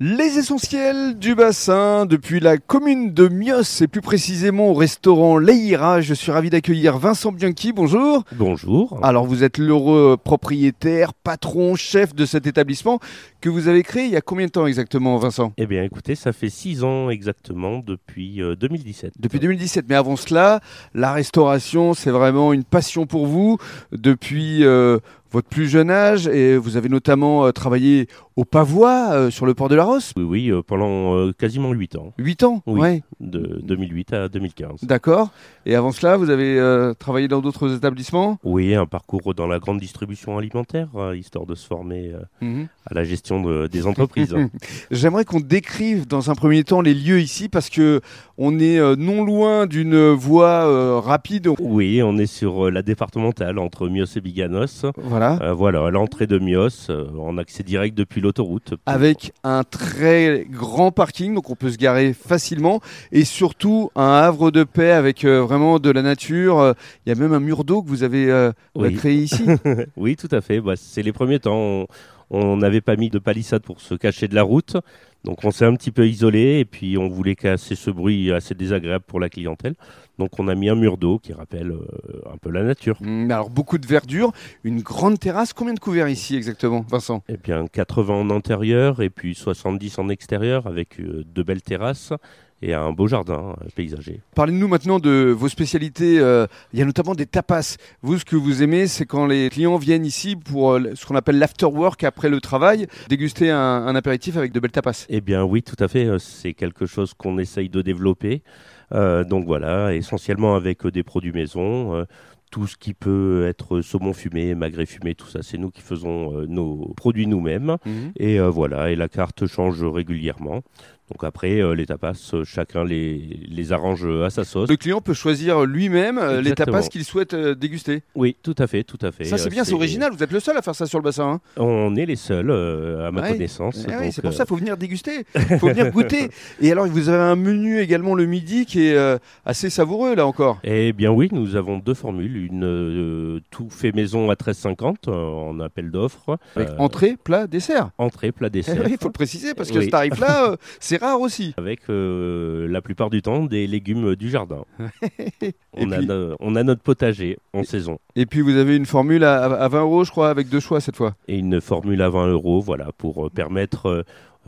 Les essentiels du bassin, depuis la commune de Mios et plus précisément au restaurant Leïra, je suis ravi d'accueillir Vincent Bianchi, bonjour. Bonjour. Alors vous êtes l'heureux propriétaire, patron, chef de cet établissement que vous avez créé il y a combien de temps exactement Vincent Eh bien écoutez, ça fait six ans exactement depuis euh, 2017. Depuis 2017, mais avant cela, la restauration, c'est vraiment une passion pour vous depuis euh, votre plus jeune âge et vous avez notamment euh, travaillé au Pavois euh, sur le port de la Rosse. Oui, oui, euh, pendant euh, quasiment huit ans, 8 ans Oui. Ouais, de 2008 à 2015. d'accord. Et avant cela, vous avez euh, travaillé dans d'autres établissements Oui, un parcours dans la grande distribution alimentaire, euh, histoire de se former euh, à la gestion de- des entreprises. J'aimerais qu'on décrive dans un premier temps les lieux ici parce que on est euh, non loin d'une voie euh, rapide. oui, on est sur euh, la départementale entre Mios et Biganos. Voilà. Euh, voilà, à l'entrée de Mios, euh, en accès direct depuis l'autoroute. Avec un très grand parking, donc on peut se garer facilement. Et surtout, un havre de paix avec euh, vraiment de la nature. Euh, Il y a même un mur d'eau que vous avez euh, Oui. créé ici. Oui, tout à fait. Bah, c'est les premiers temps. On- On n'avait pas mis de palissade pour se cacher de la route. Donc on s'est un petit peu isolé et puis on voulait casser ce bruit assez désagréable pour la clientèle. Donc on a mis un mur d'eau qui rappelle euh, un peu la nature. Mm, Alors, beaucoup de verdure, une grande terrasse. Combien de couverts ici exactement, Vincent Et Eh bien 80 en intérieur et puis 70 en extérieur avec euh, de belles terrasses et un beau jardin euh, paysager. Parlez-nous maintenant de vos spécialités. euh, Il y a notamment des tapas. Vous, ce que vous aimez, c'est quand les clients viennent ici pour euh, ce qu'on appelle l'afterwork après le travail, déguster un, un apéritif avec de belles tapas. Eh bien oui, tout à fait. euh, C'est quelque chose qu'on essaye de développer. Euh, donc voilà, essentiellement avec euh, des produits maison. euh, tout ce qui peut être euh, saumon fumé, magret fumé, tout ça, c'est nous qui faisons euh, nos produits nous-mêmes. Et euh, voilà, et la carte change régulièrement. Donc après, euh, les tapas, euh, chacun les, les arrange euh, à sa sauce. Le client peut choisir lui-même euh, les Exactement. tapas qu'il souhaite euh, déguster. Oui, tout à fait, tout à fait. ça, c'est Euh, bien, c'est original. Vous êtes le seul à faire ça sur le bassin. hein. On est les seuls, euh, à ma Ouais. connaissance. Eh oui, donc, c'est pour euh, ça, faut venir déguster, faut venir goûter. Et alors, vous avez un menu également le midi qui est euh, assez savoureux là encore. Eh bien oui, nous avons deux formules. Une euh, tout fait maison à 13,50 euh, en appel d'offres. Avec Euh, entrée, plat, dessert. entrée, plat, Eh dessert. oui, Il faut le préciser parce que Oui. ce tarif-là, euh, c'est rare aussi. Avec euh, la plupart du temps des légumes euh, du jardin. on, a puis- no- on a notre potager en saison. Et puis vous avez une formule à, à 20 euros, je crois, avec deux choix cette fois. Et une formule à 20 euros, voilà, pour euh, permettre euh,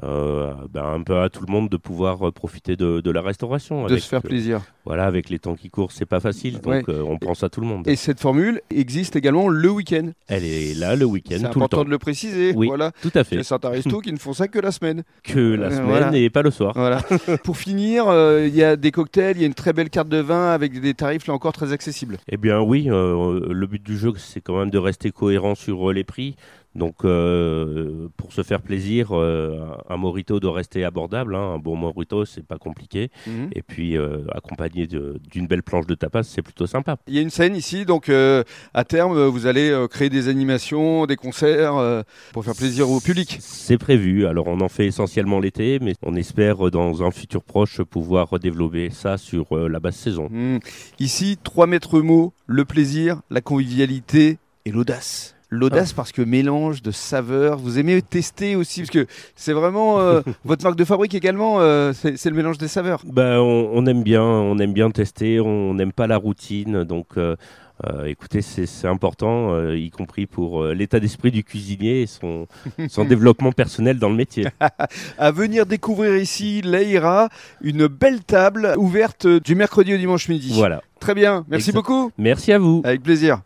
euh, ben, un peu à tout le monde de pouvoir euh, profiter de, de la restauration. De avec, se faire euh, plaisir. voilà, avec les temps qui courent, c'est pas facile. Ouais. Donc euh, on pense à tout le monde. Et cette formule existe également le week-end. Elle est là le C'est week-end, tout le important temps. de le préciser. Oui. Voilà. Tout Il y à a fait. certains restos qui ne font ça que la semaine. Que la Euh, semaine voilà. et pas le soir. Voilà. Pour finir, euh, il y a des cocktails, il y a une très belle carte de vin avec des tarifs là encore très accessibles. Eh bien oui, euh, le but du jeu, c'est quand même de rester cohérent sur euh, les prix. Donc euh, pour se faire plaisir, euh, un morito doit rester abordable. hein. Un bon morito, c'est pas compliqué. Mhm. Et puis euh, accompagné de- d'une belle planche de tapas, c'est plutôt sympa. Il y a une scène ici, donc euh, à terme, euh, vous allez euh, créer des animations, des concerts euh, pour faire plaisir au public. C'est prévu. Alors on en fait essentiellement l'été, mais on espère euh, dans un futur proche pouvoir développer ça sur euh, la basse saison. Hmm. Ici, trois maîtres mots, le plaisir, la convivialité et l'audace. L'audace parce que mélange de saveurs, vous aimez tester aussi, parce que c'est vraiment euh, votre marque de fabrique également, euh, c'est c'est le mélange des saveurs. Bah, on, on aime bien, on aime bien tester, on n'aime pas la routine, donc euh, euh, écoutez, c'est c'est important, euh, y compris pour euh, l'état d'esprit du cuisinier et son, son développement personnel dans le métier. à venir découvrir ici l'Aïra, une belle table ouverte du mercredi au dimanche midi. Voilà. Très bien, merci Exact. beaucoup, Merci à vous. avec plaisir.